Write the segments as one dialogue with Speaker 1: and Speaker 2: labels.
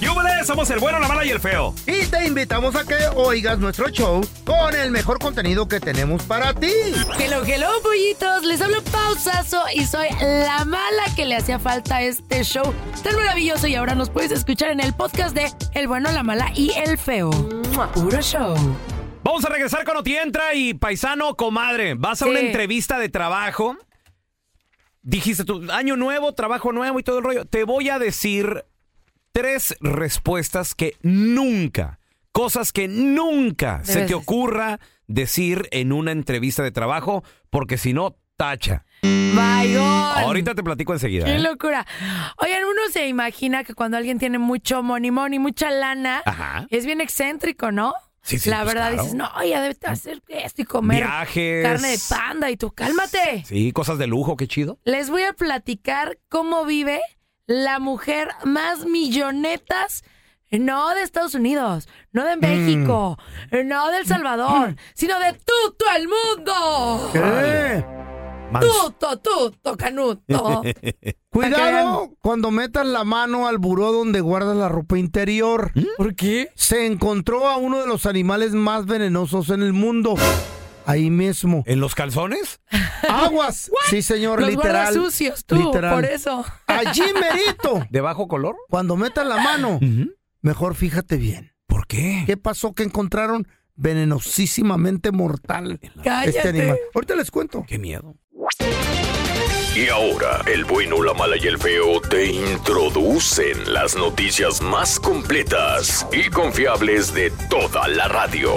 Speaker 1: ¡Yúbele! Somos el bueno, la mala y el feo.
Speaker 2: Y te invitamos a que oigas nuestro show con el mejor contenido que tenemos para ti.
Speaker 3: Hello, hello, pollitos. Les hablo pausazo y soy la mala que le hacía falta a este show tan maravilloso. Y ahora nos puedes escuchar en el podcast de El bueno, la mala y el feo. Puro show.
Speaker 1: Vamos a regresar con Otientra y paisano, comadre. Vas a una
Speaker 3: Sí.
Speaker 1: entrevista de trabajo. Dijiste tú, año nuevo, trabajo nuevo y todo el rollo. Te voy a decir tres respuestas que nunca, cosas que nunca se
Speaker 3: Debes
Speaker 1: te
Speaker 3: decir.
Speaker 1: ocurra decir en una entrevista de trabajo, porque si no, tacha.
Speaker 3: Bye, on.
Speaker 1: Ahorita te platico enseguida.
Speaker 3: Qué
Speaker 1: ¿eh?
Speaker 3: locura. Oigan, uno se imagina que cuando alguien tiene mucho money money, mucha lana,
Speaker 1: Ajá.
Speaker 3: es bien excéntrico, ¿no?
Speaker 1: Sí, sí,
Speaker 3: La
Speaker 1: pues,
Speaker 3: verdad
Speaker 1: claro.
Speaker 3: dices, no, ya debes hacer esto y comer
Speaker 1: Viajes.
Speaker 3: carne de panda y tú, cálmate.
Speaker 1: Sí, cosas de lujo, qué chido.
Speaker 3: Les voy a platicar cómo vive la mujer más millonetas, no de Estados Unidos, no
Speaker 1: Mm.
Speaker 3: de México, no de El Salvador, sino de todo el mundo.
Speaker 2: ¿Qué?
Speaker 1: Mans-
Speaker 3: Tuto, tuto, canuto.
Speaker 2: Cuidado cuando metas la mano al buró donde guardas la ropa interior.
Speaker 3: ¿Por qué?
Speaker 2: Se encontró a uno de los animales más venenosos en el mundo. Ahí mismo.
Speaker 1: ¿En los calzones?
Speaker 2: Aguas. Sí, señor,
Speaker 3: Los guardas
Speaker 2: literal.
Speaker 3: sucios, tú,
Speaker 2: literal.
Speaker 3: por eso.
Speaker 2: Allí merito.
Speaker 1: ¿De bajo color?
Speaker 2: Cuando metas la mano, mejor fíjate bien.
Speaker 1: ¿Por qué?
Speaker 2: ¿Qué pasó que encontraron venenosísimamente mortal
Speaker 3: Cállate.
Speaker 2: este animal? Ahorita les cuento.
Speaker 1: Qué miedo.
Speaker 4: Y ahora, el bueno, la mala y el feo te introducen las noticias más completas y confiables de toda la radio.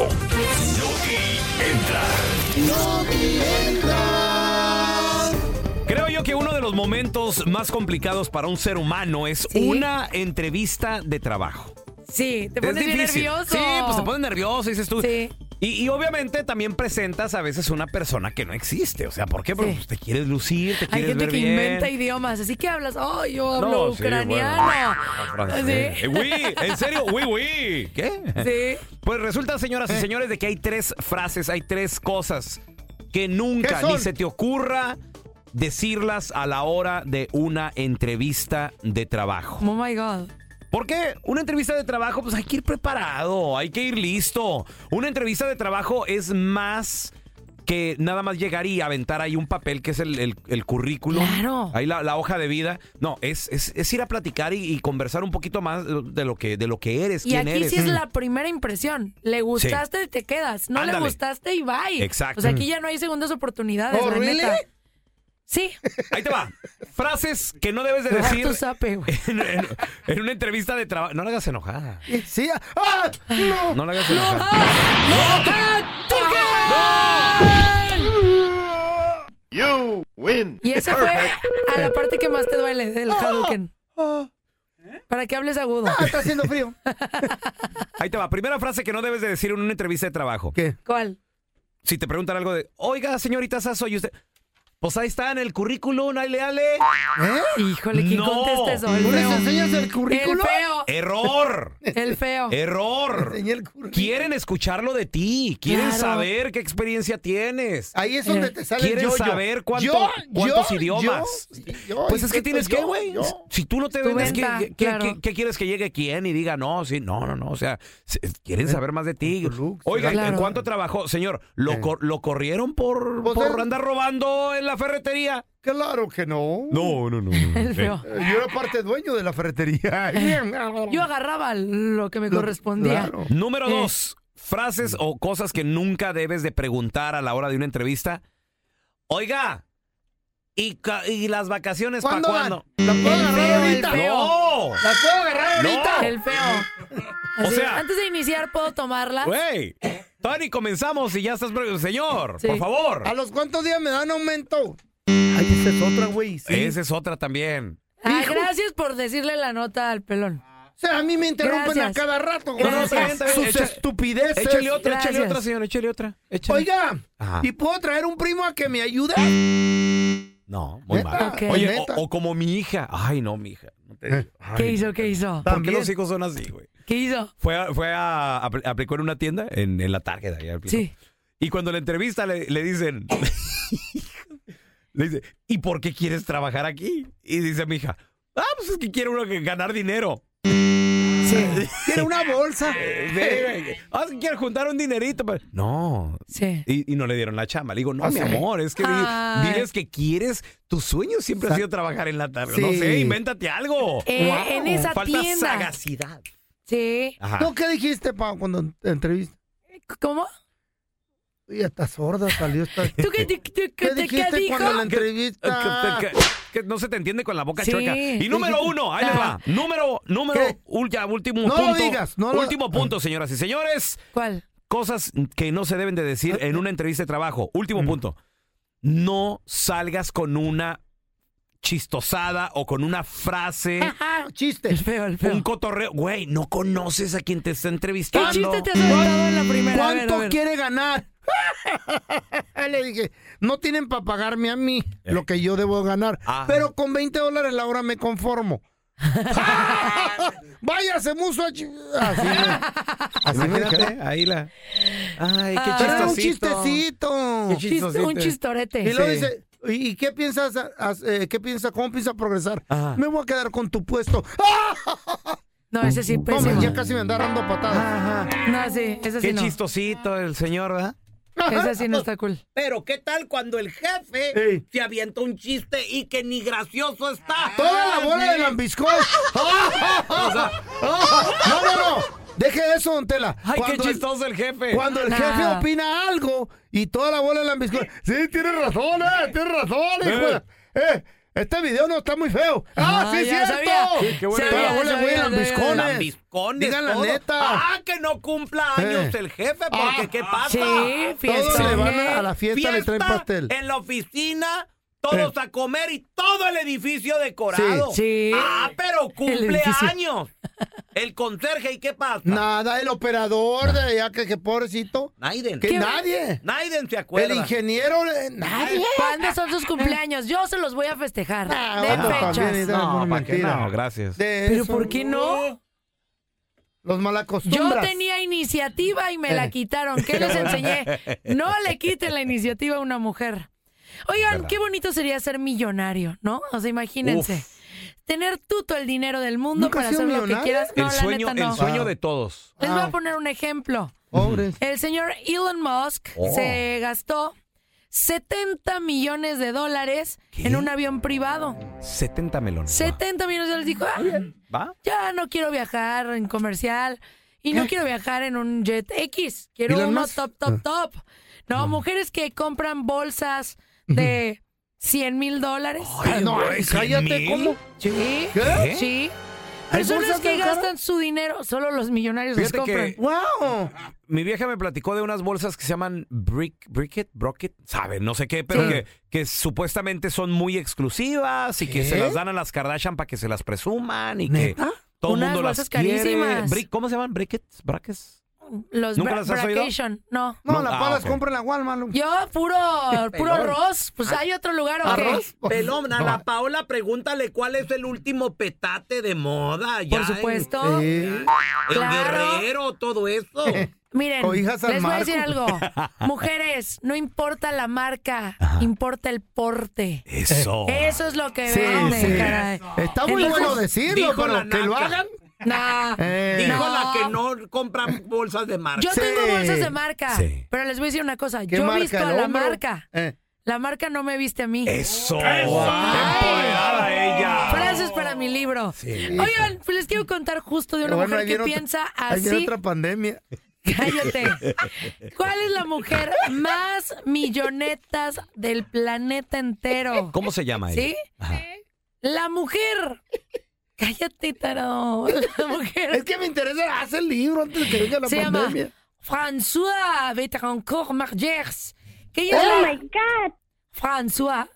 Speaker 1: Creo yo que uno de los momentos más complicados para un ser humano es
Speaker 3: Sí.
Speaker 1: una entrevista de trabajo.
Speaker 3: Sí, te
Speaker 1: Es
Speaker 3: pones bien
Speaker 1: difícil.
Speaker 3: nervioso.
Speaker 1: Sí, pues te pones nervioso, dices tú.
Speaker 3: Sí.
Speaker 1: Y, y obviamente también presentas a veces una persona que no existe. O sea, ¿por qué? Porque
Speaker 3: Sí.
Speaker 1: pues, te quieres lucir, te
Speaker 3: Hay
Speaker 1: quieres
Speaker 3: gente
Speaker 1: ver
Speaker 3: que
Speaker 1: bien.
Speaker 3: inventa idiomas, así que hablas, oh, yo hablo
Speaker 1: No, sí,
Speaker 3: ucraniano.
Speaker 1: bueno.
Speaker 3: Sí.
Speaker 1: Eh, oui, en serio, oui, oui. ¿Qué?
Speaker 3: Sí.
Speaker 1: Pues resulta, señoras
Speaker 3: Eh.
Speaker 1: y señores, de que hay tres frases, hay tres cosas que
Speaker 2: ¿Qué
Speaker 1: nunca
Speaker 2: son?
Speaker 1: ni se te ocurra decirlas a la hora de una entrevista de trabajo.
Speaker 3: Oh my God.
Speaker 1: Porque una entrevista de trabajo, pues hay que ir preparado, hay que ir listo. Una entrevista de trabajo es más que nada más llegar y aventar ahí un papel que es el, el- el currículum.
Speaker 3: Claro.
Speaker 1: Ahí la, la hoja de vida. No, es, es- es ir a platicar y, y conversar un poquito más de lo que, de lo que eres,
Speaker 3: Y
Speaker 1: quién
Speaker 3: aquí
Speaker 1: eres. Mm.
Speaker 3: sí es la primera impresión. Le gustaste y te quedas. No le
Speaker 1: Ándale.
Speaker 3: gustaste y bye.
Speaker 1: Exacto. Mm.
Speaker 3: O sea, aquí ya no hay segundas oportunidades.
Speaker 2: Oh,
Speaker 3: la
Speaker 2: ¿really?
Speaker 3: neta. Sí.
Speaker 1: Ahí te va. Frases que no debes de
Speaker 3: Dejar
Speaker 1: decir eh,
Speaker 3: tu zape, güey.
Speaker 1: en, en- en una entrevista de trabajo. No la hagas enojada.
Speaker 2: Sí. ¡Ah! ¡No!
Speaker 1: No la hagas enojada.
Speaker 3: ¡Ah! Y esa fue a la parte que más te duele del
Speaker 1: Ah.
Speaker 3: Hadouken. Para que hables agudo.
Speaker 2: Ah, está haciendo frío.
Speaker 1: Ahí te va. Primera frase que no debes de decir en una entrevista de trabajo.
Speaker 2: ¿Qué?
Speaker 3: ¿Cuál?
Speaker 1: Si te preguntan algo de, oiga, señorita Sasso, y usted. Pues ahí está en el currículum, ahí le dale.
Speaker 2: ¿Eh?
Speaker 3: Híjole, ¿quién
Speaker 1: No.
Speaker 3: contesta eso? El
Speaker 2: ¿Tú les
Speaker 3: feo.
Speaker 2: enseñas el
Speaker 3: El
Speaker 2: currículo?
Speaker 3: feo.
Speaker 1: ¡Error!
Speaker 3: El feo.
Speaker 1: Eh. ¡Error!
Speaker 2: Enseñé el currículo.
Speaker 1: Quieren escucharlo de ti. Quieren
Speaker 3: Claro.
Speaker 1: saber qué experiencia tienes.
Speaker 2: Ahí es
Speaker 3: Eh,
Speaker 2: donde te sale el
Speaker 1: Quieren
Speaker 2: yo-yo.
Speaker 1: saber cuánto-
Speaker 2: Yo,
Speaker 1: cuántos
Speaker 2: yo,
Speaker 1: idiomas.
Speaker 2: yo, yo,
Speaker 1: Pues es que
Speaker 2: yo,
Speaker 1: tienes
Speaker 2: yo,
Speaker 1: que, güey.
Speaker 2: yo.
Speaker 1: Si tú no te
Speaker 3: Tu
Speaker 1: vendes, ¿qué,
Speaker 3: venta,
Speaker 1: qué- qué-
Speaker 3: claro.
Speaker 1: qué- qué quieres que llegue quién y diga, no, sí, no, no, no? O sea, se- quieren saber más de ti.
Speaker 2: tu look,
Speaker 1: Oiga,
Speaker 3: claro.
Speaker 1: ¿en cuánto trabajó? Señor, ¿lo,
Speaker 2: Eh.
Speaker 1: cor- lo corrieron por,
Speaker 2: Pues
Speaker 1: por
Speaker 2: él-
Speaker 1: andar robando en la ferretería?
Speaker 2: Claro que no.
Speaker 1: No, no, no.
Speaker 3: El feo.
Speaker 2: Eh, Yo era parte dueño de la ferretería.
Speaker 3: Yo agarraba lo que me
Speaker 2: Lo-
Speaker 3: correspondía.
Speaker 2: claro.
Speaker 1: Número
Speaker 3: Eh.
Speaker 1: dos, frases o cosas que nunca debes de preguntar a la hora de una entrevista. Oiga, ¿y, ca- y las vacaciones para
Speaker 2: ¿Cuándo van?
Speaker 1: cuándo?
Speaker 2: ¿La puedo
Speaker 3: El
Speaker 2: agarrar
Speaker 3: feo, el
Speaker 2: ahorita?
Speaker 3: feo.
Speaker 1: ¡No!
Speaker 2: ¿La puedo agarrar
Speaker 1: No.
Speaker 2: ahorita?
Speaker 3: El feo. Así,
Speaker 1: sea-
Speaker 3: antes de iniciar, ¿puedo tomarla?
Speaker 1: ¡Güey! Tony, comenzamos y ya estás... pre- Señor,
Speaker 3: Sí.
Speaker 1: por favor.
Speaker 2: ¿A los cuántos días me dan aumento? Ahí esa es otra, güey. sí.
Speaker 1: Esa es otra también.
Speaker 3: Ah,
Speaker 2: Hijo.
Speaker 3: gracias por decirle la nota al pelón.
Speaker 2: O sea, a mí me interrumpen
Speaker 3: Gracias.
Speaker 2: a cada rato. güey.
Speaker 1: No, no, está bien, está bien.
Speaker 2: Sus
Speaker 1: Echa-
Speaker 2: estupideces.
Speaker 1: Échale otra,
Speaker 3: Gracias.
Speaker 1: échale otra, señor, échale otra. échale.
Speaker 2: Oiga,
Speaker 1: Ajá.
Speaker 2: ¿y puedo traer un primo a que me ayude?
Speaker 1: No, muy
Speaker 2: Neta,
Speaker 1: mal.
Speaker 3: Ok.
Speaker 1: Oye, o,
Speaker 2: neta.
Speaker 1: o como mi hija. Ay, no, mi hija. No te digo. Ay,
Speaker 3: ¿Qué hizo? ¿Qué hizo?
Speaker 1: ¿Por qué
Speaker 2: También.
Speaker 1: los hijos son así, güey?
Speaker 3: ¿Qué hizo?
Speaker 1: Fue a, fue a, apl- aplicó en una tienda, en, en la Target. ahí aplicó.
Speaker 3: Sí.
Speaker 1: Y cuando la entrevista le, le dicen, le dice, ¿y por qué quieres trabajar aquí? Y dice mi hija, ah, pues es que quiero uno que ganar dinero.
Speaker 2: Oye, tiene una bolsa.
Speaker 1: Eh, Ah, que quiero juntar un dinerito. para-". No.
Speaker 3: Sí.
Speaker 1: Y, y no le dieron la chamba. Le digo, no,
Speaker 2: Ah,
Speaker 1: mi
Speaker 2: sí.
Speaker 1: amor, es que di-
Speaker 3: Ay.
Speaker 1: diles que quieres. Tu sueño siempre ha
Speaker 2: Sa-
Speaker 1: sido trabajar en la tarde.
Speaker 2: Sí.
Speaker 1: No sé, invéntate algo.
Speaker 3: Eh, en esa
Speaker 1: Falta
Speaker 3: tienda.
Speaker 1: sagacidad.
Speaker 3: Sí.
Speaker 1: Ajá. Eh,
Speaker 2: ¿Tú qué dijiste, Pau, cuando te entrevista?
Speaker 3: ¿Cómo?
Speaker 2: Y está sorda, salió esta.
Speaker 3: ¿Tú qué, te- te-
Speaker 2: ¿Qué
Speaker 3: te-
Speaker 2: dijiste
Speaker 3: qué dijo?
Speaker 2: cuando la
Speaker 1: Que-
Speaker 2: entrevista?
Speaker 1: que- que no se te entiende con la boca
Speaker 3: Sí.
Speaker 1: chueca. Y número uno, ahí les va. Número, número,
Speaker 2: ah. ¿Qué?
Speaker 1: ul- ya, último
Speaker 2: No lo
Speaker 1: punto.
Speaker 2: digas, no lo- Ah.
Speaker 1: último punto, señoras y señores.
Speaker 3: ¿Cuál?
Speaker 1: Cosas que no se deben de decir en una entrevista de trabajo. Último punto. No salgas con una chistosada o con una frase,
Speaker 2: Ah, chiste.
Speaker 3: El feo, el
Speaker 1: un
Speaker 3: feo.
Speaker 1: cotorreo. Güey, no conoces a quien te está
Speaker 3: ¿Qué
Speaker 1: entrevistando.
Speaker 3: chiste te has aventado en la primera? A ver, a
Speaker 2: ¿Cuánto
Speaker 3: ver.
Speaker 2: quiere ganar? Le dije, no tienen para pagarme a mí lo que yo debo ganar,
Speaker 1: Ah.
Speaker 2: pero con 20 dólares la hora me conformo. Váyase, muso. a chi- Así me- así me quedé.
Speaker 1: Imagínate, ahí la... Ay, qué
Speaker 3: Ah.
Speaker 2: Pero era un
Speaker 1: chistosito.
Speaker 2: chistecito.
Speaker 1: Qué
Speaker 3: Chis- Un
Speaker 2: Y
Speaker 3: chistorete.
Speaker 2: luego
Speaker 1: Sí.
Speaker 2: dice, ¿y y qué piensas, a- a- eh, qué piensas, cómo piensas progresar?
Speaker 1: Ajá.
Speaker 2: Me voy a quedar con tu puesto.
Speaker 3: No, ese sí,
Speaker 2: No,
Speaker 3: pésimo.
Speaker 2: hombre, ya casi me anda dando patadas.
Speaker 1: Ajá.
Speaker 3: No, sí, ese sí
Speaker 1: Qué
Speaker 3: no.
Speaker 1: chistosito el señor, ¿verdad?
Speaker 3: Ese sí no está cool.
Speaker 5: Pero ¿qué tal cuando el jefe
Speaker 2: Ey.
Speaker 5: se avienta un chiste y que ni gracioso está?
Speaker 2: Toda
Speaker 1: Ah,
Speaker 2: la bola de lambiscón. No, no, no. Deje eso, don Tela.
Speaker 1: Ay, qué
Speaker 2: Cuando el-
Speaker 1: chistoso el jefe.
Speaker 2: Cuando el
Speaker 3: Nah.
Speaker 2: jefe opina algo y toda la bola de lambiscón. Sí, tiene razón, eh, tiene razón, hijo. de- Eh, este video no está muy feo. Ah,
Speaker 3: Ah,
Speaker 2: sí,
Speaker 3: ya
Speaker 2: cierto.
Speaker 3: sabía. Sí, qué bueno.
Speaker 2: Toda la
Speaker 3: Sabía,
Speaker 2: bola de güey de
Speaker 3: sabía,
Speaker 2: lambiscones.
Speaker 3: sabía.
Speaker 5: Lambiscones,
Speaker 2: Digan la
Speaker 5: todo.
Speaker 2: neta.
Speaker 5: Ah, que no cumpla años
Speaker 2: Eh.
Speaker 5: el jefe, porque
Speaker 2: Ah.
Speaker 5: ¿qué pasa? Ah,
Speaker 3: Sí,
Speaker 2: Todos
Speaker 3: fiesta.
Speaker 2: le van a, a la fiesta, le traen pastel. Eh.
Speaker 5: en la oficina, todos a comer y todo el edificio decorado.
Speaker 3: Sí. Sí.
Speaker 5: Ah, pero cumple
Speaker 3: edificio.
Speaker 5: años. El conserje, ¿y qué pasa?
Speaker 2: Nada, el operador de allá, que, que pobrecito.
Speaker 5: Naiden.
Speaker 2: Que nadie.
Speaker 5: Naiden se acuerda.
Speaker 2: El ingeniero, eh, nadie.
Speaker 3: ¿Cuándo son sus cumpleaños? Yo se los voy a festejar.
Speaker 2: Ah,
Speaker 3: Den
Speaker 2: otro también,
Speaker 3: fechas.
Speaker 2: era una
Speaker 1: ¿para qué
Speaker 2: mentira.
Speaker 1: no? Gracias.
Speaker 2: De
Speaker 3: ¿Pero
Speaker 2: eso,
Speaker 3: por qué no?
Speaker 2: Los
Speaker 3: Yo
Speaker 2: malacostumbras.
Speaker 3: tenía iniciativa y me la
Speaker 2: Eh.
Speaker 3: quitaron. ¿Qué les enseñé? No le quiten la iniciativa a una mujer. Oigan, qué bonito sería ser millonario, ¿no? O sea, imagínense. Tener tú todo el dinero del mundo
Speaker 2: ¿Nunca
Speaker 3: para
Speaker 2: has sido
Speaker 3: hacer lo que
Speaker 2: millonario?
Speaker 3: quieras. No,
Speaker 1: el
Speaker 3: la
Speaker 1: sueño,
Speaker 3: neta no.
Speaker 1: el sueño
Speaker 2: Wow.
Speaker 1: de todos.
Speaker 3: Les voy a
Speaker 2: Ah.
Speaker 3: poner un ejemplo.
Speaker 2: Pobres.
Speaker 3: El señor Elon Musk
Speaker 1: Oh.
Speaker 3: se gastó 70 millones de dólares en un avión privado.
Speaker 1: 70 melones.
Speaker 3: 70 millones de dólares. Dijo, "Ah,
Speaker 1: ¿Va?
Speaker 3: ya no quiero viajar en comercial y no quiero viajar en un Jet X. Quiero
Speaker 2: Elon
Speaker 3: uno
Speaker 2: Musk?
Speaker 3: top, top, top. No, mujeres que compran bolsas de 100 mil dólares.
Speaker 2: Ah, no,
Speaker 1: güey, ¿cien
Speaker 2: cállate,
Speaker 1: mil?
Speaker 2: ¿cómo?
Speaker 3: Sí.
Speaker 2: ¿Qué?
Speaker 3: Sí.
Speaker 2: ¿Hay
Speaker 3: Personas
Speaker 2: bolsas
Speaker 3: que
Speaker 2: tan caras?
Speaker 3: gastan su dinero, solo los millonarios los
Speaker 1: Fíjate
Speaker 3: compran.
Speaker 1: que-
Speaker 2: ¡Wow!
Speaker 1: Mi vieja me platicó de unas bolsas que se llaman brick, bricket, brocket, sabe, no sé qué, pero
Speaker 2: Sí.
Speaker 1: que, que supuestamente son muy exclusivas y que
Speaker 2: ¿Qué?
Speaker 1: se las dan a las Kardashian para que se las presuman y
Speaker 2: ¿Neta?
Speaker 1: que todo el
Speaker 3: Unas
Speaker 1: mundo las
Speaker 3: bolsas
Speaker 1: quiere.
Speaker 3: carísimas.
Speaker 1: Brick- ¿Cómo se llaman? Brickets, brackets.
Speaker 3: Los
Speaker 1: ¿Nunca
Speaker 3: bra-
Speaker 1: las has oído?
Speaker 3: bracation, no.
Speaker 2: No,
Speaker 1: No,
Speaker 2: las
Speaker 1: ah,
Speaker 2: palas
Speaker 1: ok.
Speaker 2: compra en la Walmart. lo-
Speaker 3: Yo puro, puro arroz. Pues hay otro lugar o qué?
Speaker 2: ¿Arroz?
Speaker 5: Pelón, a
Speaker 2: No.
Speaker 5: la Paola, pregúntale cuál es el último petate de moda. Ya,
Speaker 3: Por supuesto.
Speaker 2: Sí.
Speaker 5: El
Speaker 3: Claro.
Speaker 5: guerrero, todo eso.
Speaker 3: Miren,
Speaker 2: Cobijas al
Speaker 3: les voy a decir
Speaker 2: Marco.
Speaker 3: algo. Mujeres, no importa la marca, importa el porte.
Speaker 1: Eso.
Speaker 3: Eso es lo que
Speaker 2: Oh. Sí,
Speaker 3: vende,
Speaker 2: sí.
Speaker 3: Ah,
Speaker 2: Eh.
Speaker 3: caray.
Speaker 2: Está muy
Speaker 3: Entonces,
Speaker 2: bueno decirlo,
Speaker 5: dijo la
Speaker 2: pero que lo
Speaker 5: naca.
Speaker 2: hagan.
Speaker 3: nah,
Speaker 2: Eh.
Speaker 5: Dijo
Speaker 3: No.
Speaker 5: la que no compra bolsas de marca.
Speaker 3: Yo
Speaker 2: Sí.
Speaker 3: tengo bolsas de marca,
Speaker 1: Sí.
Speaker 3: pero les voy a decir una cosa.
Speaker 2: ¿Qué
Speaker 3: Yo he
Speaker 2: marca?
Speaker 3: visto
Speaker 2: ¿El
Speaker 3: a la
Speaker 2: hombro?
Speaker 3: marca.
Speaker 2: Eh.
Speaker 3: La marca no me viste a mí.
Speaker 1: Eso.
Speaker 3: Ay.
Speaker 1: Empoderada ella.
Speaker 3: Frases para mi libro. Oigan, pues les quiero contar justo de una
Speaker 2: Pero bueno,
Speaker 3: mujer
Speaker 2: ahí viene
Speaker 3: que
Speaker 2: otra-
Speaker 3: piensa
Speaker 2: Ahí viene
Speaker 3: así.
Speaker 2: otra pandemia.
Speaker 3: Cállate. ¿Cuál es la mujer más millonetas del planeta entero?
Speaker 1: ¿Cómo se llama ella?
Speaker 3: ¿Sí?
Speaker 1: Ajá.
Speaker 3: La mujer. Cállate, tarón. La
Speaker 2: Es
Speaker 3: mujer
Speaker 2: que me interesa hacer el libro antes de que venga la
Speaker 3: se llama
Speaker 2: pandemia.
Speaker 3: François Betancourt Margers. Que ella es la- François,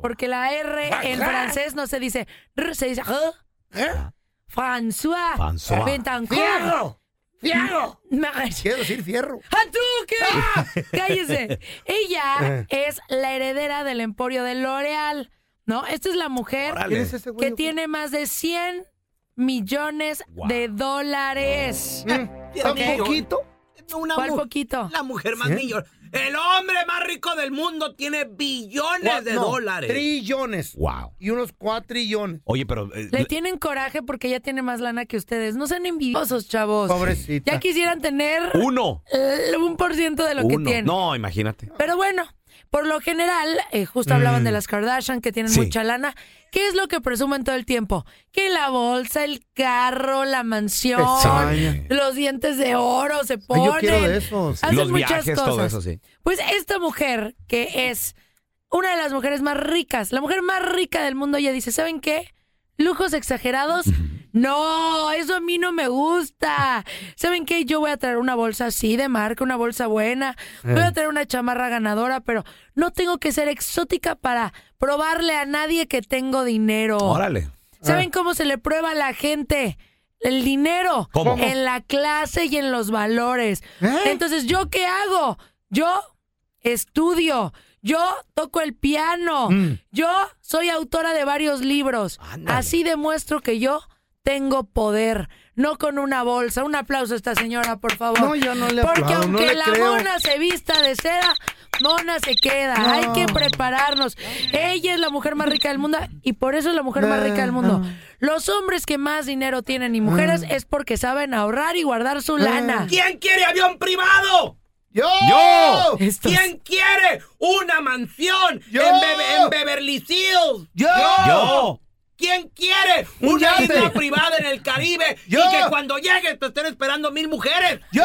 Speaker 3: porque la R en francés no se dice R, se dice R.
Speaker 2: ¿Eh?
Speaker 3: François,
Speaker 1: François.
Speaker 3: Betancourt
Speaker 2: ¡Fierro! ¡Fierro!
Speaker 3: Margers.
Speaker 2: Quiero decir fierro.
Speaker 3: ¡A tú qué! Ah, ¡Cállese! Ella es la heredera del emporio de L'Oreal, ¿no? Esta es la mujer
Speaker 1: Órale.
Speaker 2: ¿Quién es ese güey?
Speaker 3: que tiene más de 100 millones
Speaker 1: Wow.
Speaker 3: de dólares.
Speaker 2: Mm, ¿Tan
Speaker 5: Ok.
Speaker 2: poquito?
Speaker 5: Una
Speaker 3: ¿Cuál
Speaker 5: mu-
Speaker 3: poquito?
Speaker 5: La mujer más
Speaker 2: ¿Sí?
Speaker 5: millonaria. El hombre más rico del mundo tiene billones
Speaker 2: Cua-
Speaker 5: de
Speaker 2: no,
Speaker 5: dólares.
Speaker 2: Trillones.
Speaker 1: Wow.
Speaker 2: Y unos cuatrillones.
Speaker 1: Oye, pero eh,
Speaker 3: Le tienen coraje porque ella tiene más lana que ustedes. No sean envidiosos, chavos.
Speaker 2: Pobrecita.
Speaker 3: Pues Ya quisieran tener
Speaker 1: uno.
Speaker 3: el un por ciento de lo que
Speaker 1: uno.
Speaker 3: tienen.
Speaker 1: No, imagínate.
Speaker 3: Pero bueno, por lo general, eh, justo hablaban de
Speaker 2: Mm.
Speaker 3: las Kardashian que tienen
Speaker 1: Sí.
Speaker 3: mucha lana. ¿Qué es lo que presumen todo el tiempo? Que la bolsa, el carro, la mansión,
Speaker 2: Pestaña.
Speaker 3: los dientes de oro se
Speaker 2: Ay,
Speaker 3: ponen.
Speaker 2: yo quiero de esos.
Speaker 3: Hacen
Speaker 1: Los
Speaker 3: muchas
Speaker 1: viajes,
Speaker 3: cosas.
Speaker 1: todo eso, sí.
Speaker 3: Pues esta mujer, que es una de las mujeres más ricas, la mujer más rica del mundo, ella dice, ¿saben qué? Lujos exagerados. No, eso a mí no me gusta. ¿Saben qué? Yo voy a traer una bolsa así de marca, una bolsa buena. Voy a traer una chamarra ganadora, pero no tengo que ser exótica para probarle a nadie que tengo dinero.
Speaker 1: Órale.
Speaker 3: ¿Saben cómo se le prueba a la gente el dinero?
Speaker 1: ¿Cómo?
Speaker 3: En la clase y en los valores.
Speaker 2: ¿Eh?
Speaker 3: Entonces, ¿yo qué hago? Yo estudio, yo toco el piano,
Speaker 2: Mm.
Speaker 3: yo soy autora de varios libros.
Speaker 1: Ándale.
Speaker 3: Así demuestro que yo tengo poder. No con una bolsa. Un aplauso a esta señora, por favor.
Speaker 2: No, yo no le
Speaker 3: Porque
Speaker 2: aplaudo, no
Speaker 3: aunque
Speaker 2: le
Speaker 3: la
Speaker 2: creo.
Speaker 3: mona se vista de seda, mona se queda.
Speaker 2: No.
Speaker 3: Hay que prepararnos. Ella es la mujer más rica del mundo y por eso es la mujer más rica del mundo. Los hombres que más dinero tienen y mujeres
Speaker 2: Mm.
Speaker 3: es porque saben ahorrar y guardar su
Speaker 2: Ah.
Speaker 3: lana.
Speaker 5: ¿Quién quiere avión privado?
Speaker 2: ¡Yo!
Speaker 1: ¡Yo!
Speaker 3: Estos-
Speaker 5: ¿Quién quiere una mansión
Speaker 2: Yo.
Speaker 5: en, Bebe- en Beverly Hills?
Speaker 2: ¡Yo!
Speaker 5: Oh.
Speaker 1: Yo.
Speaker 5: ¿Quién quiere
Speaker 2: Un
Speaker 5: una
Speaker 2: yate.
Speaker 5: isla privada en el Caribe
Speaker 2: Yo.
Speaker 5: y que cuando llegues te estén esperando mil mujeres?
Speaker 2: ¡Yo!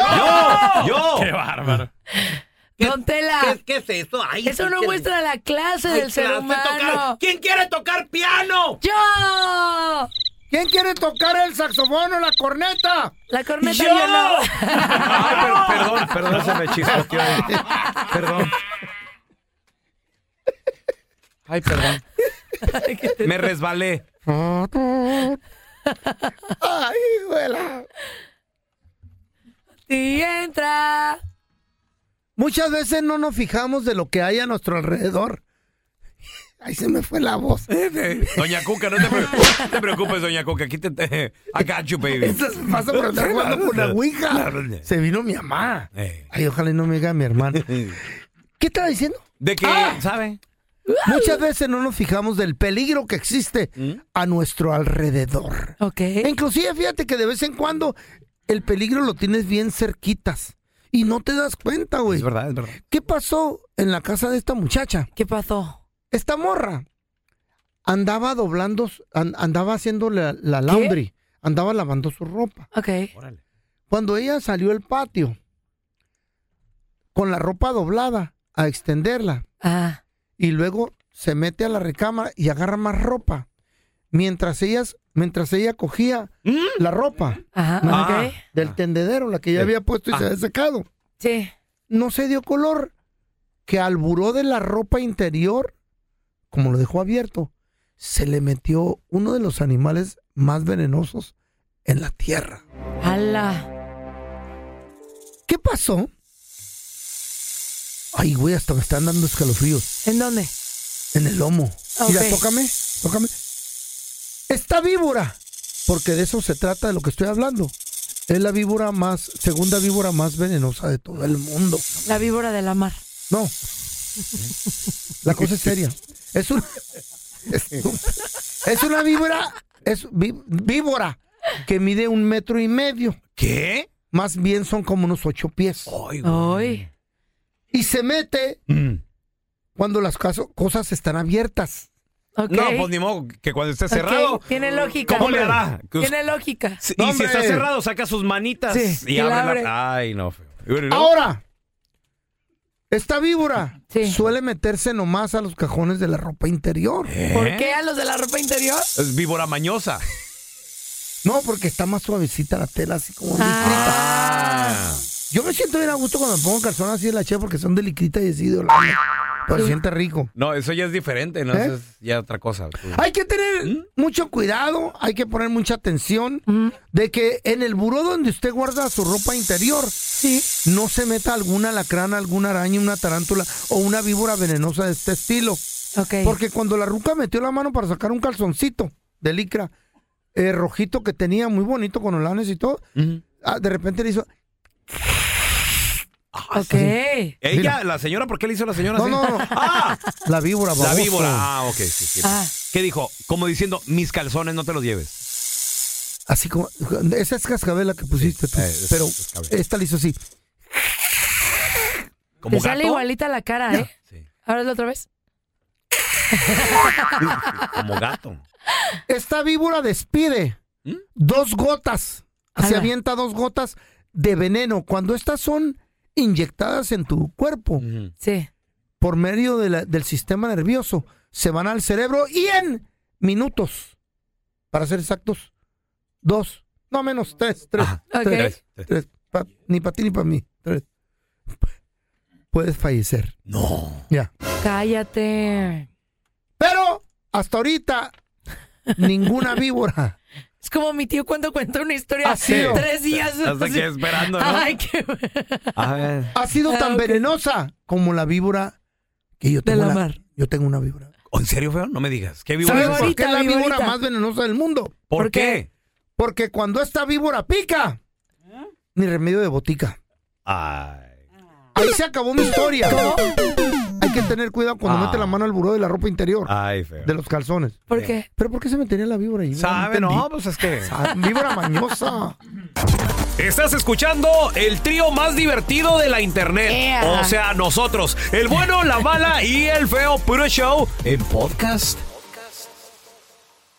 Speaker 1: Yo.
Speaker 3: Don Tela,
Speaker 5: ¿Qué, qué es eso? Ay,
Speaker 3: eso
Speaker 5: sí
Speaker 3: no
Speaker 5: que-
Speaker 3: muestra la clase
Speaker 5: Ay,
Speaker 3: del ser
Speaker 5: clase, tocar-
Speaker 3: humano.
Speaker 5: ¿Quién quiere tocar piano?
Speaker 3: ¡Yo!
Speaker 2: ¿Quién quiere tocar el saxofón o la corneta?
Speaker 3: La corneta
Speaker 5: Yo.
Speaker 3: yo no.
Speaker 1: Ay, per- perdón, perdón, se me chispoteó. Perdón. Ay, perdón. Me resbalé.
Speaker 2: ¡Ay, güela!
Speaker 3: Y entra.
Speaker 2: Muchas veces no nos fijamos de lo que hay a nuestro alrededor. Ahí se me fue la voz.
Speaker 1: Doña Cuca, no te preocupes, no te preocupes, Doña Cuca. Aquí te, te- I got you, baby.
Speaker 2: Eso se pasa por estar jugando con la ouija. Se vino mi mamá.
Speaker 1: Eh,
Speaker 2: Ay, ojalá y no me diga mi hermana. ¿Qué estaba diciendo?
Speaker 1: De que,
Speaker 2: Ah.
Speaker 1: ¿sabe?
Speaker 2: Muchas veces no nos fijamos del peligro que existe a nuestro alrededor.
Speaker 3: Ok.
Speaker 1: ¿Eh?
Speaker 2: E Inclusive, fíjate que de vez en cuando el peligro lo tienes bien cerquitas y no te das cuenta, güey.
Speaker 1: Es verdad, es verdad.
Speaker 2: ¿Qué pasó en la casa de esta muchacha?
Speaker 3: ¿Qué pasó?
Speaker 2: Esta morra andaba doblando, an- andaba haciendo la, la laundry, andaba lavando su ropa.
Speaker 3: Ok.
Speaker 1: Órale.
Speaker 2: Cuando ella salió al patio con la ropa doblada a extenderla,
Speaker 3: Ah.
Speaker 2: y luego se mete a la recámara y agarra más ropa. Mientras ellas, mientras ella cogía
Speaker 1: ¿Mm?
Speaker 2: la ropa
Speaker 3: Ajá.
Speaker 1: Ah.
Speaker 3: Ok.
Speaker 2: del tendedero, la que ya había puesto y se había secado,
Speaker 3: Sí.
Speaker 2: no se dio color que al buró de la ropa interior, como lo dejó abierto, se le metió uno de los animales más venenosos en la tierra.
Speaker 3: ¡Hala!
Speaker 2: ¿Qué pasó? Ay, güey, hasta me están dando escalofríos
Speaker 3: ¿En dónde?
Speaker 2: en el lomo. Mira,
Speaker 3: Ok.
Speaker 2: tócame, tócame. Esta víbora, porque de eso se trata de lo que estoy hablando. Es la víbora más, segunda víbora más venenosa de todo el mundo.
Speaker 3: La víbora de la mar.
Speaker 2: No. La cosa es seria. Es una, es una víbora, es ví- víbora que mide un metro y medio.
Speaker 1: ¿Qué?
Speaker 2: Más bien son como unos ocho pies.
Speaker 1: Ay, güey.
Speaker 3: ¡Ay!
Speaker 2: Y se mete
Speaker 1: Mm.
Speaker 2: cuando las caso- cosas están abiertas.
Speaker 3: Ok.
Speaker 1: No, pues ni modo que cuando esté cerrado.
Speaker 3: Ok, Tiene lógica.
Speaker 1: ¿Cómo le hará? Pues,
Speaker 3: Tiene lógica.
Speaker 1: Si- Y
Speaker 2: ¡Hombre!
Speaker 1: si está cerrado, saca sus manitas
Speaker 3: Sí,
Speaker 1: y
Speaker 3: y
Speaker 1: abre
Speaker 3: la abre.
Speaker 1: la. Ay, no, feo.
Speaker 2: Ah.
Speaker 1: ¿No?
Speaker 2: Ahora, esta víbora
Speaker 3: Sí.
Speaker 2: suele meterse nomás a los cajones de la ropa interior.
Speaker 1: ¿Eh?
Speaker 3: ¿Por qué a los de la ropa interior?
Speaker 1: Es víbora mañosa.
Speaker 2: No, porque está más suavecita la tela, así como...
Speaker 3: Ah.
Speaker 2: Yo me siento bien a gusto cuando me pongo calzones así en la chef porque son delicritas y así de olor. Pero se siente rico.
Speaker 1: No, eso ya es diferente, ¿no?
Speaker 2: ¿Eh? Ah.
Speaker 1: Eso es ya otra cosa.
Speaker 2: Hay que tener mucho cuidado, hay que poner mucha atención de que en el buró donde usted guarda su ropa interior
Speaker 3: Sí.
Speaker 2: no se meta alguna lacrana, alguna araña, una tarántula o una víbora venenosa de este estilo.
Speaker 3: Ok.
Speaker 2: Porque cuando la ruca metió la mano para sacar un calzoncito de licra eh, rojito que tenía, muy bonito, con olanes y todo, ah, de repente le hizo...
Speaker 3: Ok.
Speaker 1: Ella, la señora, ¿por qué le hizo la señora
Speaker 2: No,
Speaker 1: así?
Speaker 2: no, no.
Speaker 1: ¡Ah!
Speaker 2: La víbora,
Speaker 1: La
Speaker 2: baboso.
Speaker 1: víbora. Ah, ok. sí, sí.
Speaker 3: Ah,
Speaker 1: ¿Qué dijo? Como diciendo, mis calzones no te los lleves.
Speaker 2: Así como. Esa es cascabela que pusiste tú.
Speaker 1: eh, es
Speaker 2: pero
Speaker 1: cascabel.
Speaker 2: esta le hizo así.
Speaker 1: Como
Speaker 3: te
Speaker 1: gato.
Speaker 3: sale igualita la cara, ¿eh?
Speaker 1: Sí,
Speaker 3: Ahora la otra vez.
Speaker 1: como gato.
Speaker 2: Esta víbora despide
Speaker 1: ¿Mm?
Speaker 2: dos gotas. Se
Speaker 3: Ala.
Speaker 2: avienta dos gotas de veneno. Cuando estas son inyectadas en tu cuerpo
Speaker 1: Ujú.
Speaker 3: Sí.
Speaker 2: por medio de la- del sistema nervioso, se van al cerebro y en minutos, para ser exactos, dos, no menos, tres, tres,
Speaker 1: Ajá.
Speaker 3: Ok.
Speaker 2: tres,
Speaker 1: Tres, tres.
Speaker 2: tres, pa- ni para ti ni para mí, tres. Puedes fallecer.
Speaker 1: No.
Speaker 2: Ya.
Speaker 3: Cállate.
Speaker 2: Pero hasta ahorita ninguna víbora.
Speaker 3: Es como mi tío cuando cuenta una
Speaker 1: Ah,
Speaker 3: historia
Speaker 2: Así es.
Speaker 3: tres días.
Speaker 1: Estás
Speaker 3: así.
Speaker 1: aquí esperando, ¿no?
Speaker 3: Ay, qué...
Speaker 1: A ver.
Speaker 2: ha sido
Speaker 3: Ah,
Speaker 2: tan
Speaker 3: ok.
Speaker 2: venenosa como la víbora que yo
Speaker 3: De
Speaker 2: tengo.
Speaker 3: la
Speaker 2: la-
Speaker 3: mar.
Speaker 2: yo tengo una víbora.
Speaker 1: ¿En serio, feo? No me digas. ¿Qué víbora
Speaker 2: ¿Sabes
Speaker 1: es esa?
Speaker 2: por
Speaker 3: Viborita,
Speaker 2: qué es la víbora
Speaker 3: viborita.
Speaker 2: más venenosa del mundo?
Speaker 1: ¿Por,
Speaker 3: ¿Por
Speaker 1: qué?
Speaker 2: Porque cuando esta víbora pica, ni remedio de botica.
Speaker 1: Ay.
Speaker 2: Ahí se acabó mi historia. Hay que tener cuidado cuando
Speaker 1: Ah.
Speaker 2: mete la mano al buró de la ropa interior,
Speaker 1: Ay, feo.
Speaker 2: de los calzones.
Speaker 3: ¿Por qué?
Speaker 2: ¿Pero por qué se metería la víbora ahí?
Speaker 1: ¿Sabe?
Speaker 2: entendí.
Speaker 1: No, pues es que.
Speaker 2: Ah, Víbora mañosa.
Speaker 1: Estás escuchando el trío más divertido de la internet.
Speaker 3: Ea.
Speaker 1: O sea, nosotros, el bueno, la mala y el feo puro show en podcast.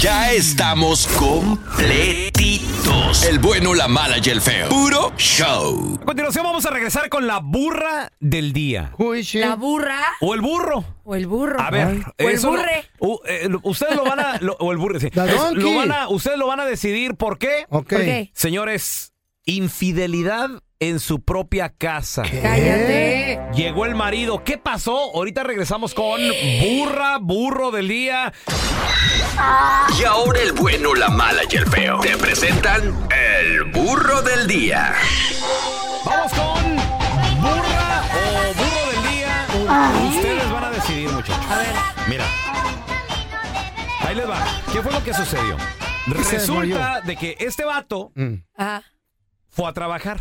Speaker 6: Ya estamos completitos. El bueno, la mala y el feo. Puro show.
Speaker 1: A continuación vamos a regresar con la burra del día.
Speaker 3: ¿La burra
Speaker 1: O el burro.
Speaker 3: o el burro?
Speaker 1: Eh. A ver,
Speaker 3: O el
Speaker 1: eso lo-
Speaker 3: burre.
Speaker 1: u- eh, lo- ustedes lo van a. lo- o el burre, sí.
Speaker 2: La
Speaker 1: Es-
Speaker 2: donkey.
Speaker 1: Lo van a, ustedes lo van a decidir por qué.
Speaker 2: Ok.
Speaker 3: ¿Por qué?
Speaker 1: Señores, infidelidad en su propia casa.
Speaker 3: Cállate.
Speaker 1: Llegó el marido. ¿Qué pasó? Ahorita regresamos con burra, burro del día.
Speaker 6: Y ahora el bueno, la mala y el feo. Te presentan el burro del día.
Speaker 1: Vamos con burra o burro del día. Ustedes van a decidir, muchachos. A ver. Mira. Ahí les va. ¿Qué fue lo que sucedió?
Speaker 2: se
Speaker 1: Resulta de que este vato
Speaker 2: Mm,
Speaker 3: Ah,
Speaker 1: fue a trabajar.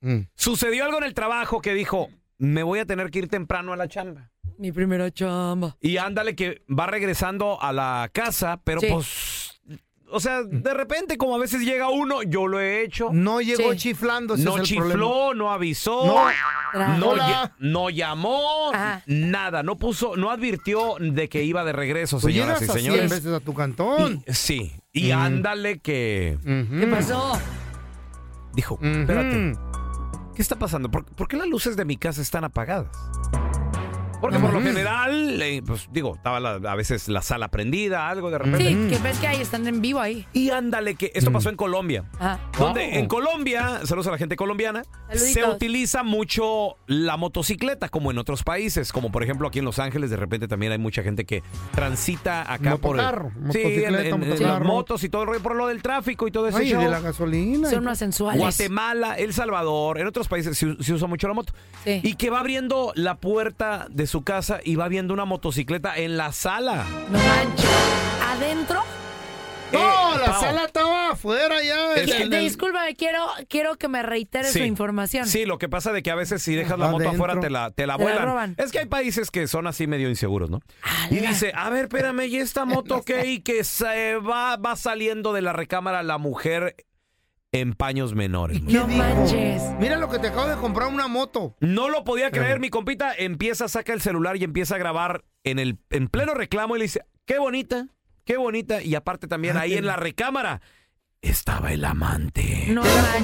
Speaker 2: mm.
Speaker 1: Sucedió algo en el trabajo que dijo, me voy a tener que ir temprano a la chamba.
Speaker 3: mi primera chamba.
Speaker 1: Y ándale que va regresando a la casa, pero
Speaker 3: Sí.
Speaker 1: pues... O sea, de repente como a veces llega uno, yo lo he hecho.
Speaker 2: No llegó
Speaker 3: Sí.
Speaker 2: chiflando. ese
Speaker 1: No
Speaker 2: es el
Speaker 1: chifló,
Speaker 2: problema.
Speaker 1: no avisó.
Speaker 3: Tra-
Speaker 1: No,
Speaker 2: Hola.
Speaker 1: lla- no llamó,
Speaker 3: Ajá.
Speaker 1: nada, no puso, no advirtió de que iba de regreso,
Speaker 2: Tú
Speaker 1: señoras y
Speaker 2: Pues llegas Mm. a 100
Speaker 1: señores.
Speaker 2: veces a tu cantón.
Speaker 1: Y- sí, y ándale que
Speaker 3: ¿Qué pasó?
Speaker 1: dijo,
Speaker 2: Ujú.
Speaker 1: espérate, ¿qué está pasando? ¿Por, por qué las luces de mi casa están apagadas? Porque por lo general, eh, pues digo, estaba la- a veces la sala prendida, algo de repente.
Speaker 3: Sí, que ves que ahí están en vivo ahí.
Speaker 1: Y ándale que
Speaker 2: Mm.
Speaker 1: esto pasó en Colombia.
Speaker 3: Ah,
Speaker 1: Donde en Colombia, saludos a la gente colombiana, se
Speaker 3: Saluditos.
Speaker 1: utiliza mucho la motocicleta, como en otros países, como por ejemplo aquí en Los Ángeles, de repente también hay mucha gente que transita acá por el-
Speaker 2: Motocarro,
Speaker 1: sí, en- en-
Speaker 2: motocicleta,
Speaker 1: en las
Speaker 2: motocarro.
Speaker 1: motos y todo el rollo por lo del tráfico y todo eso.
Speaker 2: Ay, de la gasolina.
Speaker 3: son más sensuales.
Speaker 1: Guatemala, El Salvador, en otros países se, u- se usa mucho la moto.
Speaker 3: Sí.
Speaker 1: Y que va abriendo la puerta de su casa y va viendo una motocicleta en la sala.
Speaker 3: No manches. ¿Adentro?
Speaker 2: No,
Speaker 1: Eh,
Speaker 2: la
Speaker 1: Pao.
Speaker 2: sala estaba afuera
Speaker 1: Es
Speaker 2: ya. en-
Speaker 1: que-
Speaker 2: en-
Speaker 3: Disculpa, Discúlpame, quiero, quiero que me reitere
Speaker 1: Sí.
Speaker 3: su información.
Speaker 1: Sí, lo que pasa de que a veces si dejas la
Speaker 2: Va
Speaker 1: moto
Speaker 2: adentro.
Speaker 1: afuera te la, te la
Speaker 3: Te la
Speaker 1: vuelan.
Speaker 3: roban.
Speaker 1: es que hay países que son así medio inseguros, ¿no? Y
Speaker 3: Ala.
Speaker 1: dice, a ver, espérame, ¿y esta moto qué? Y que se va, va saliendo de la recámara la mujer en paños menores.
Speaker 3: No manches.
Speaker 2: Mira lo que te acabo de comprar una moto.
Speaker 1: No lo podía creer, mi compita empieza, saca el celular y empieza a grabar en, el, en pleno reclamo y le dice, qué bonita, qué bonita. Y aparte también ahí en la recámara estaba el amante.
Speaker 3: No
Speaker 2: Compré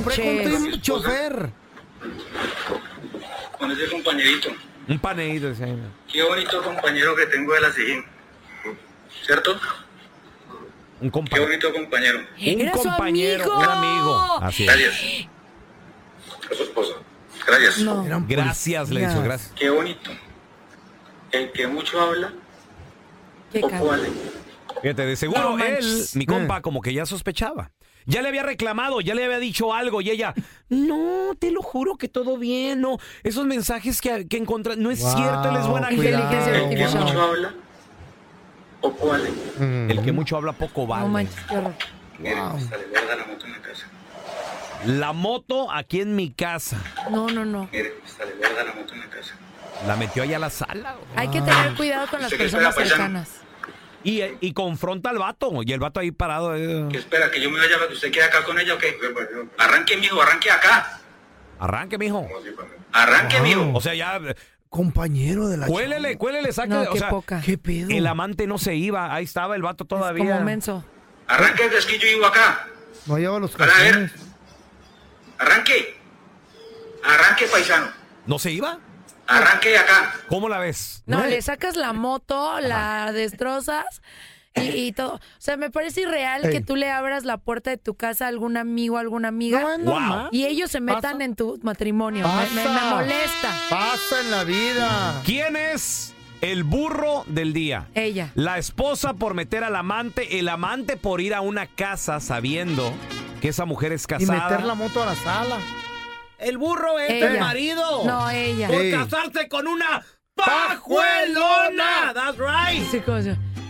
Speaker 3: manches.
Speaker 2: con tu chofer.
Speaker 7: Con ese compañerito.
Speaker 1: Un paneíto. decía.
Speaker 7: Qué bonito compañero que tengo de la SIGIN. ¿Cierto?
Speaker 1: Un
Speaker 7: Qué
Speaker 1: compañero.
Speaker 7: bonito compañero.
Speaker 1: Un
Speaker 3: Era su
Speaker 1: compañero,
Speaker 3: amigo.
Speaker 1: un amigo. Así es.
Speaker 7: Gracias. A su esposa. Gracias.
Speaker 3: No.
Speaker 2: Era un
Speaker 1: Gracias, le hizo,
Speaker 2: policía.
Speaker 1: gracias.
Speaker 7: Qué bonito. El que mucho habla,
Speaker 3: Qué
Speaker 7: poco
Speaker 3: cabrón.
Speaker 7: hace.
Speaker 1: Fíjate, de seguro
Speaker 3: No
Speaker 1: él,
Speaker 3: manches.
Speaker 1: mi compa, como que ya sospechaba. Ya le había reclamado, ya le había dicho algo y ella, no, te lo juro que todo bien, no. Esos mensajes que, que encontra- no es cierto, él es buena gente.
Speaker 3: Inteligencia
Speaker 7: El que mucho habla, poco vale.
Speaker 1: El que mucho habla poco vale.
Speaker 3: No manches, qué horror.
Speaker 7: Miren, sale guarda la moto en la casa.
Speaker 1: La moto aquí en mi casa.
Speaker 3: No, no, no.
Speaker 7: Miren, sale guarda la moto en la casa.
Speaker 1: La metió allá a la sala. güey.
Speaker 3: Hay que
Speaker 2: Ah.
Speaker 3: tener cuidado con las
Speaker 7: Usted que
Speaker 3: personas
Speaker 7: espera, paisano.
Speaker 3: cercanas.
Speaker 1: Y, y confronta al vato. Y el vato ahí parado. eh,
Speaker 7: Que espera, que yo me vaya para que usted quede acá con ella o qué. Arranque, mijo, arranque acá.
Speaker 1: Arranque, mijo.
Speaker 7: Arranque, mijo.
Speaker 1: O sea, ya. eh,
Speaker 2: Compañero de la
Speaker 1: Cuélele, cuélele, saque.
Speaker 3: No,
Speaker 1: o
Speaker 3: qué
Speaker 1: sea,
Speaker 3: poca.
Speaker 2: ¿Qué pedo?
Speaker 1: El amante no se iba. Ahí estaba el vato todavía.
Speaker 3: Como menso.
Speaker 7: Arranque, que es que yo vivo acá.
Speaker 2: No lleva los
Speaker 7: Para ver.
Speaker 2: calzones.
Speaker 7: Arranque. Arranque, paisano.
Speaker 1: ¿No se iba?
Speaker 7: Arranque de acá.
Speaker 1: ¿Cómo la ves?
Speaker 3: No,
Speaker 1: ¿Eh?
Speaker 3: le sacas la moto, la destrozas y, y todo. O sea, me parece irreal
Speaker 2: Ey.
Speaker 3: que tú le abras la puerta de tu casa a algún amigo, alguna amiga.
Speaker 1: Guau.
Speaker 3: Y ellos se metan
Speaker 2: Pasa.
Speaker 3: en tu matrimonio. Me- Me, me
Speaker 2: Pasa.
Speaker 3: molesta.
Speaker 2: Pasa en la vida.
Speaker 1: ¿Quién es el burro del día?
Speaker 3: Ella.
Speaker 1: La esposa por meter al amante, el amante por ir a una casa sabiendo que esa mujer es
Speaker 2: Y
Speaker 1: casada.
Speaker 2: meter la moto a la sala.
Speaker 5: El burro es
Speaker 3: Ella.
Speaker 5: el marido.
Speaker 3: No, ella.
Speaker 5: Por
Speaker 2: Ey.
Speaker 5: casarse con una pajuelona. That's right.
Speaker 3: Sí, como-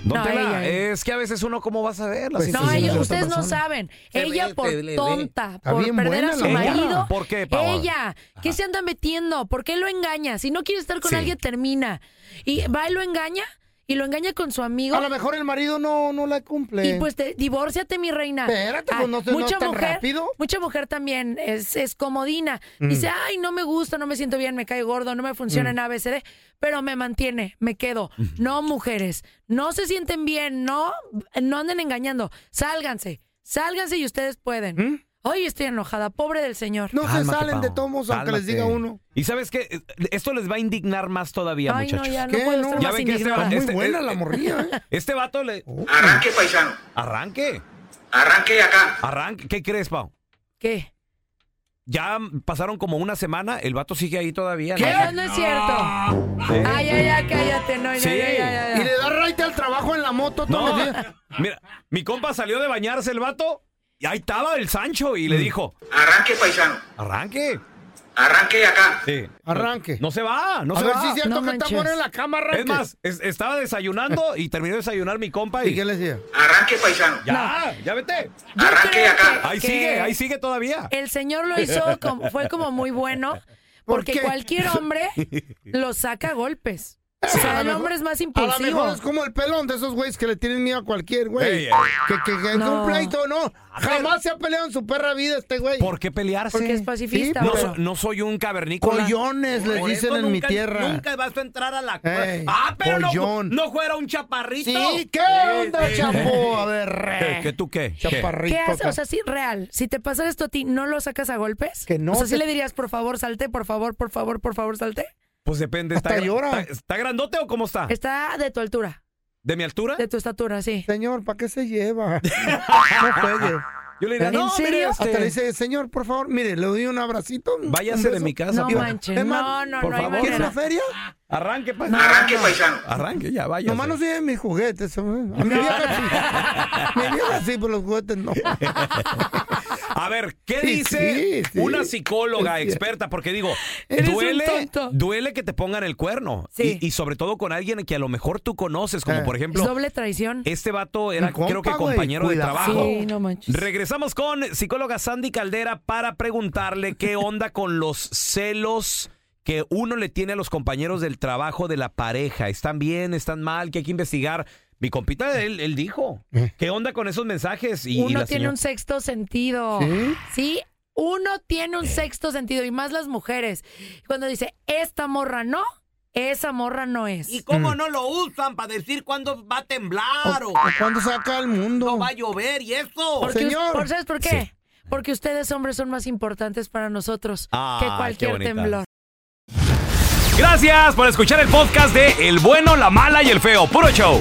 Speaker 1: Don
Speaker 3: No,
Speaker 1: Tela,
Speaker 3: ella,
Speaker 2: Eh,
Speaker 3: ella.
Speaker 1: es que a veces uno cómo vas a ver
Speaker 2: Pues,
Speaker 3: No,
Speaker 2: Sí,
Speaker 3: ellos-
Speaker 2: sí, sí,
Speaker 3: ustedes
Speaker 2: está
Speaker 3: no
Speaker 2: pasando.
Speaker 3: saben.
Speaker 5: Se
Speaker 3: Ella
Speaker 5: ve,
Speaker 3: por
Speaker 5: se le ve.
Speaker 3: tonta,
Speaker 2: Está
Speaker 3: por
Speaker 2: bien
Speaker 3: perder a
Speaker 2: buena
Speaker 3: su
Speaker 2: la morra.
Speaker 3: marido.
Speaker 1: ¿Por qué, Pau?
Speaker 3: Ella, ¿qué se anda metiendo? ¿Por qué lo engaña? Si no quiere estar con
Speaker 1: Sí.
Speaker 3: alguien, termina. Y va y lo engaña, y lo engaña con su amigo.
Speaker 2: A lo mejor el marido no, no la cumple.
Speaker 3: Y pues te, divórciate, mi reina.
Speaker 2: Espérate, pues, no se- no tan rápido. Mm.
Speaker 3: Mucha mujer también es, es comodina. Dice, ay, no me gusta, no me siento bien, me cae gordo, no me funciona en ABCD, pero me mantiene, me quedo.
Speaker 2: Mm.
Speaker 3: No, mujeres, no se sienten bien, no, no anden engañando. Sálganse, sálganse y ustedes pueden. Hoy estoy enojada, pobre del señor.
Speaker 2: ¿Mm? no se
Speaker 1: Cálmate,
Speaker 2: salen de
Speaker 1: Pau,
Speaker 2: tomos aunque les
Speaker 1: cálmate.
Speaker 2: diga uno.
Speaker 1: Y sabes que esto les va a indignar más todavía,
Speaker 3: ay,
Speaker 1: muchachos.
Speaker 3: no, ya no
Speaker 2: ¿Qué?
Speaker 3: puedo
Speaker 2: No.
Speaker 3: estar
Speaker 1: Ya
Speaker 3: más
Speaker 1: ven que este
Speaker 3: indignada.
Speaker 1: va-
Speaker 2: Muy buena la morrilla. ¿eh? Oh.
Speaker 1: Este vato le
Speaker 7: Arranque, paisano.
Speaker 1: arranque,
Speaker 7: Arranque de acá.
Speaker 1: arranque. ¿Qué crees, Pau?
Speaker 3: ¿Qué?
Speaker 1: Ya pasaron como una semana, el vato sigue ahí todavía. ¿no?
Speaker 3: Ay, no, no es cierto.
Speaker 1: Sí.
Speaker 3: Ay, ay, ay, cállate, no, no,
Speaker 1: Sí.
Speaker 3: ya, ya, ya, ya.
Speaker 2: Y le da raite al trabajo en la moto todos
Speaker 1: No,
Speaker 2: los días.
Speaker 1: mira, mi compa salió de bañarse el vato y ahí estaba el Sancho
Speaker 2: Mm.
Speaker 1: y le dijo,
Speaker 7: Arranque, paisano.
Speaker 1: arranque.
Speaker 7: Arranque de acá.
Speaker 1: Sí.
Speaker 2: Arranque.
Speaker 1: No se va, no
Speaker 2: a
Speaker 1: se
Speaker 2: ver
Speaker 1: va.
Speaker 2: si es cierto
Speaker 3: No
Speaker 2: que está
Speaker 3: manches.
Speaker 2: bueno en la cama, arranque.
Speaker 1: es más, es- estaba desayunando y terminó de desayunar mi compa y,
Speaker 2: ¿Y qué le decía?
Speaker 7: Arranque, paisano.
Speaker 1: ya, ya vete.
Speaker 3: Yo
Speaker 7: Arranque de
Speaker 3: creo
Speaker 7: acá.
Speaker 3: que- Eh,
Speaker 1: Ahí
Speaker 3: que-
Speaker 1: sigue, ahí sigue todavía.
Speaker 3: el señor lo hizo, como- fue como muy bueno,
Speaker 2: ¿Por
Speaker 3: porque
Speaker 2: qué?
Speaker 3: cualquier hombre lo saca a golpes. O sea, el hombre es más
Speaker 2: A lo
Speaker 3: impulsivo.
Speaker 2: mejor es como el pelón de esos güeyes que le tienen miedo a cualquier
Speaker 1: Ey,
Speaker 2: güey.
Speaker 1: ey.
Speaker 2: Que, que, que es
Speaker 3: No.
Speaker 2: un pleito, no. Jamás se ha peleado en su perra vida este güey.
Speaker 1: ¿Por qué pelearse?
Speaker 3: Porque es pacifista,
Speaker 1: no,
Speaker 3: pero-
Speaker 1: so- no soy un cavernícola.
Speaker 2: Collones les
Speaker 5: Por
Speaker 2: dicen
Speaker 5: eso
Speaker 2: en mi
Speaker 5: nunca-
Speaker 2: tierra.
Speaker 5: Nunca vas a entrar a la.
Speaker 2: Ey,
Speaker 5: ah, pero no,
Speaker 2: pollón.
Speaker 5: no fuera un chaparrito.
Speaker 2: Sí, Eh, ¿qué onda, chapo? A ver, re.
Speaker 1: ¿Qué, qué tú qué? ¿Qué?
Speaker 2: Chaparrito.
Speaker 3: ¿Qué haces?
Speaker 2: acá.
Speaker 3: O sea, sí, real. Si te pasara esto a ti, ¿no lo sacas a golpes?
Speaker 2: Que no
Speaker 3: O sea, ¿sí
Speaker 2: te-
Speaker 3: le dirías, por favor, salte, por favor, por favor, por favor, salte?
Speaker 1: Pues depende.
Speaker 2: Hasta
Speaker 1: gra-
Speaker 2: llora.
Speaker 1: Está, está grandote o cómo está?
Speaker 2: Ah.
Speaker 3: Está de tu altura,
Speaker 1: ¿De mi altura?
Speaker 3: de tu estatura, sí.
Speaker 2: Señor, ¿para qué se lleva? no juegue.
Speaker 1: Yo le diría,
Speaker 3: ¿En
Speaker 1: no, mire,
Speaker 3: serio?
Speaker 1: este,
Speaker 2: Hasta le dice, señor, por favor, mire, le doy un abracito. un
Speaker 1: váyase de
Speaker 2: beso".
Speaker 1: mi casa.
Speaker 3: No
Speaker 1: por-
Speaker 3: manches,
Speaker 2: Es más,
Speaker 3: no, no,
Speaker 1: por
Speaker 3: no hay
Speaker 1: favor.
Speaker 2: ¿Quieres
Speaker 3: manera.
Speaker 2: la feria?
Speaker 1: Arranque, pa-
Speaker 7: Arranque, paisano.
Speaker 1: Arranque, ya vaya.
Speaker 2: Nomás no siguen mis juguetes. hombre. A mi vieja sí. mi vieja sí, pero los juguetes no.
Speaker 1: A ver, ¿qué
Speaker 2: Sí,
Speaker 1: dice
Speaker 2: sí, sí.
Speaker 1: una psicóloga
Speaker 2: Es cierto.
Speaker 1: experta? Porque digo,
Speaker 3: Eres un
Speaker 1: duele,
Speaker 3: tonto.
Speaker 1: duele que te pongan el cuerno.
Speaker 3: Sí.
Speaker 1: Y, y sobre todo con alguien que a lo mejor tú conoces, como
Speaker 2: Eh.
Speaker 1: por
Speaker 3: Es
Speaker 1: ejemplo,
Speaker 3: doble traición.
Speaker 1: este vato era
Speaker 2: Mi compa,
Speaker 1: creo que
Speaker 2: güey,
Speaker 1: compañero de
Speaker 2: cuidado.
Speaker 1: trabajo.
Speaker 3: Sí, no manches.
Speaker 1: Regresamos con psicóloga Sandy Caldera para preguntarle qué onda con los celos que uno le tiene a los compañeros del trabajo de la pareja. ¿Están bien? ¿Están mal? ¿Qué hay que investigar? Mi compita, él, él dijo. ¿Qué onda con esos mensajes? Y, y
Speaker 3: uno
Speaker 1: la
Speaker 3: tiene
Speaker 1: señora-
Speaker 3: un sexto sentido.
Speaker 2: ¿Sí?
Speaker 3: Sí, uno tiene un sexto sentido y más las mujeres. Cuando dice, esta morra no, esa morra no es.
Speaker 5: ¿Y cómo
Speaker 2: Mm.
Speaker 5: no lo usan para decir cuándo va a temblar o,
Speaker 2: ¿Cuándo se acaba el mundo?
Speaker 5: cuándo va a llover y eso?
Speaker 3: Porque us-
Speaker 2: señor.
Speaker 3: por- ¿Sabes por qué?
Speaker 1: Sí.
Speaker 3: Porque ustedes hombres son más importantes para nosotros
Speaker 1: Ah,
Speaker 3: que
Speaker 1: qué
Speaker 3: cualquier
Speaker 1: bonita.
Speaker 3: temblor.
Speaker 1: Gracias por escuchar el podcast de El Bueno, la Mala y el Feo. Puro show.